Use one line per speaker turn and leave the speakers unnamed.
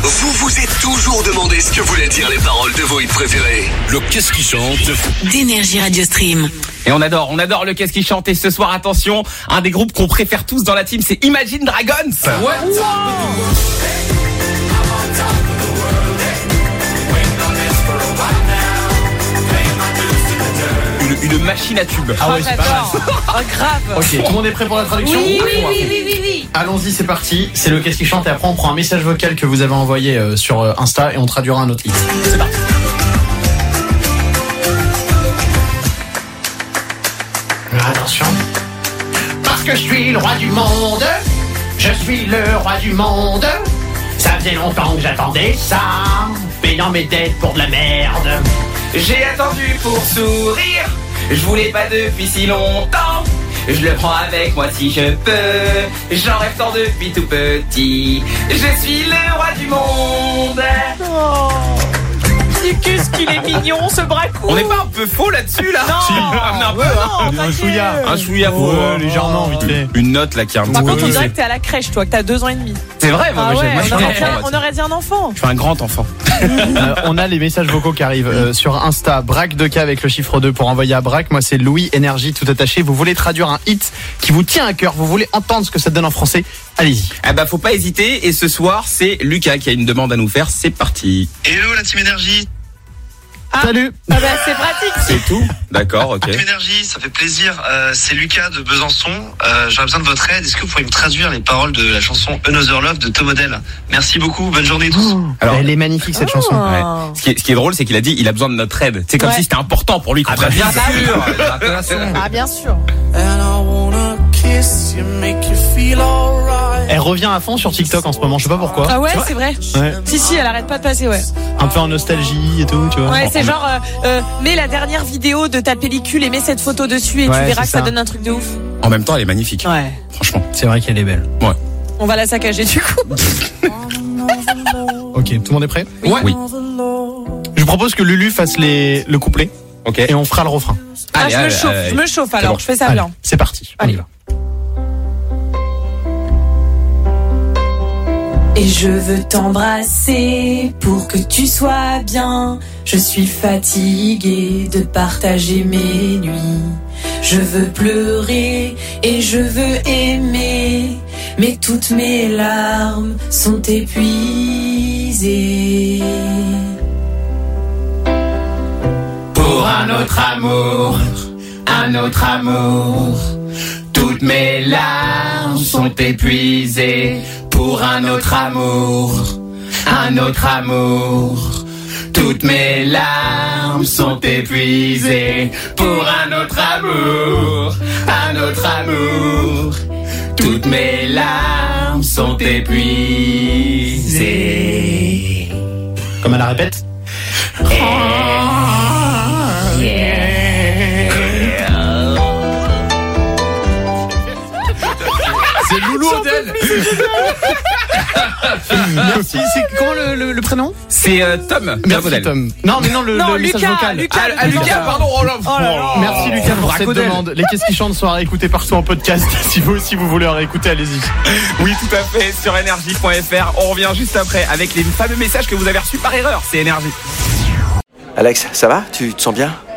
Vous vous êtes toujours demandé ce que voulaient dire les paroles de vos hits préférés.
Le qu'est-ce qui chante
d'énergie Radio Stream.
Et on adore, on adore le qu'est-ce qui chante. Et ce soir, attention, un des groupes qu'on préfère tous dans la team, c'est Imagine Dragons. Une, une machine à tubes.
Ah ouais, c'est pas mal.
grave.
Ok, tout le monde est prêt pour la traduction
Oui, oui, oui, oui, oui, oui.
Allons-y, c'est parti. C'est le qu'est-ce qui chante et après on prend un message vocal que vous avez envoyé euh, sur euh, Insta et on traduira un autre hit. C'est parti. Attention. Parce que je suis le roi du monde, je suis le roi du monde. Ça faisait longtemps que j'attendais ça, payant mes dettes pour de la merde.
J'ai attendu pour sourire. Je voulais pas depuis si longtemps. Je le prends avec moi si je peux. J'en rêve tant depuis tout petit. Je suis le roi du monde.
Oh. Qu'est-ce qu'il est mignon ce bracou
On n'est pas un peu faux là-dessus là
Non.
Si, on est un peu, hein.
Un chouïa.
Un chouïa faux.
Ouais, légèrement, vite fait.
Une note là qui est un
Par
petit peu
contre, on
baissée.
dirait que t'es à la crèche, toi, que t'as deux ans et demi.
C'est vrai, moi,
Ah
moi, j'ai-
ouais,
moi, je
on,
suis un
aurait dit,
enfant,
un-
moi.
on aurait dit un enfant.
Je suis un grand enfant.
Euh, on a les messages vocaux qui arrivent euh, sur Insta, braque 2K avec le chiffre 2 pour envoyer à braque. Moi, c'est Louis Énergie tout attaché. Vous voulez traduire un hit qui vous tient à cœur, vous voulez entendre ce que ça donne en français, allez-y.
Eh ben, faut pas hésiter. Et ce soir, c'est Lucas qui a une demande à nous faire. C'est parti.
Hello la team énergie,
Ah.
Salut
Ah bah, c'est pratique.
C'est tout D'accord,
Ah,
ok.
team énergie, ça fait plaisir. Euh, c'est Lucas de Besançon. Euh, J'aurais besoin de votre aide. Est-ce que vous pouvez me traduire les paroles de la chanson Another Love de Tom Model Merci beaucoup. Bonne journée à tous.
Alors-
Elle est magnifique cette chanson.
Ah.
Ce qui, est, ce qui est drôle, c'est qu'il a dit il a besoin de notre aide. C'est comme
Ouais.
si c'était important pour lui qu'on traduise.
Ah, bien sûr.
And I wanna kiss you, make you feel alright.
Elle revient à fond sur TikTok en ce moment, je sais pas pourquoi.
Ah ouais, c'est vrai.
Ouais.
Si, si, elle arrête pas de passer, ouais.
Un peu en nostalgie et tout, tu vois.
Ouais, c'est genre, euh, euh, mets la dernière vidéo de ta pellicule et mets cette photo dessus et
Ouais,
tu verras
c'est
que ça
ça.
donne un truc de ouf.
En même temps, elle est magnifique.
Ouais.
Franchement.
C'est vrai qu'elle est belle.
On va la saccager du coup.
Ok, tout le monde est prêt
Ouais. Oui.
Je propose que Lulu fasse les... le couplet
Ok.
et on fera le refrain.
Ah,
Allez,
je me
allez,
chauffe,
allez.
je me chauffe alors,
bon.
je fais ça
Allez,
blanc.
C'est parti, on y
Allez.
va.
Et je veux t'embrasser pour que tu sois bien. Je suis fatiguée de partager mes nuits. Je veux pleurer et je veux aimer. Mais toutes mes larmes sont épuisées.
Pour un autre amour, un autre amour. Toutes mes larmes sont épuisées. Pour un autre amour, un autre amour. Toutes mes larmes sont épuisées. Pour un autre amour, un autre amour. Toutes mes larmes sont épuisées. Eh,
Comme elle la répète
C'est Loulou Odell
Merci, c'est comment le, le- le prénom
C'est euh, Tom. Tom
Merci
Odell.
Tom. Non mais non le,
Non,
le message
Lucas,
vocal.
Lucas,
Ah,
le
ah,
message
Lucas,
vocal.
pardon.
oh là,
Oh là là.
Merci Lucas pour cette
Bracodelle.
demande. Les Qu'est-ce qui chantent sont à réécouter partout en podcast. Si vous aussi vous voulez en réécouter, allez-y.
Oui, tout à fait, sur energie.fr. On revient juste après avec les fameux messages que vous avez reçus par erreur. C'est énergie.
Alex, ça va Tu te sens bien Euh,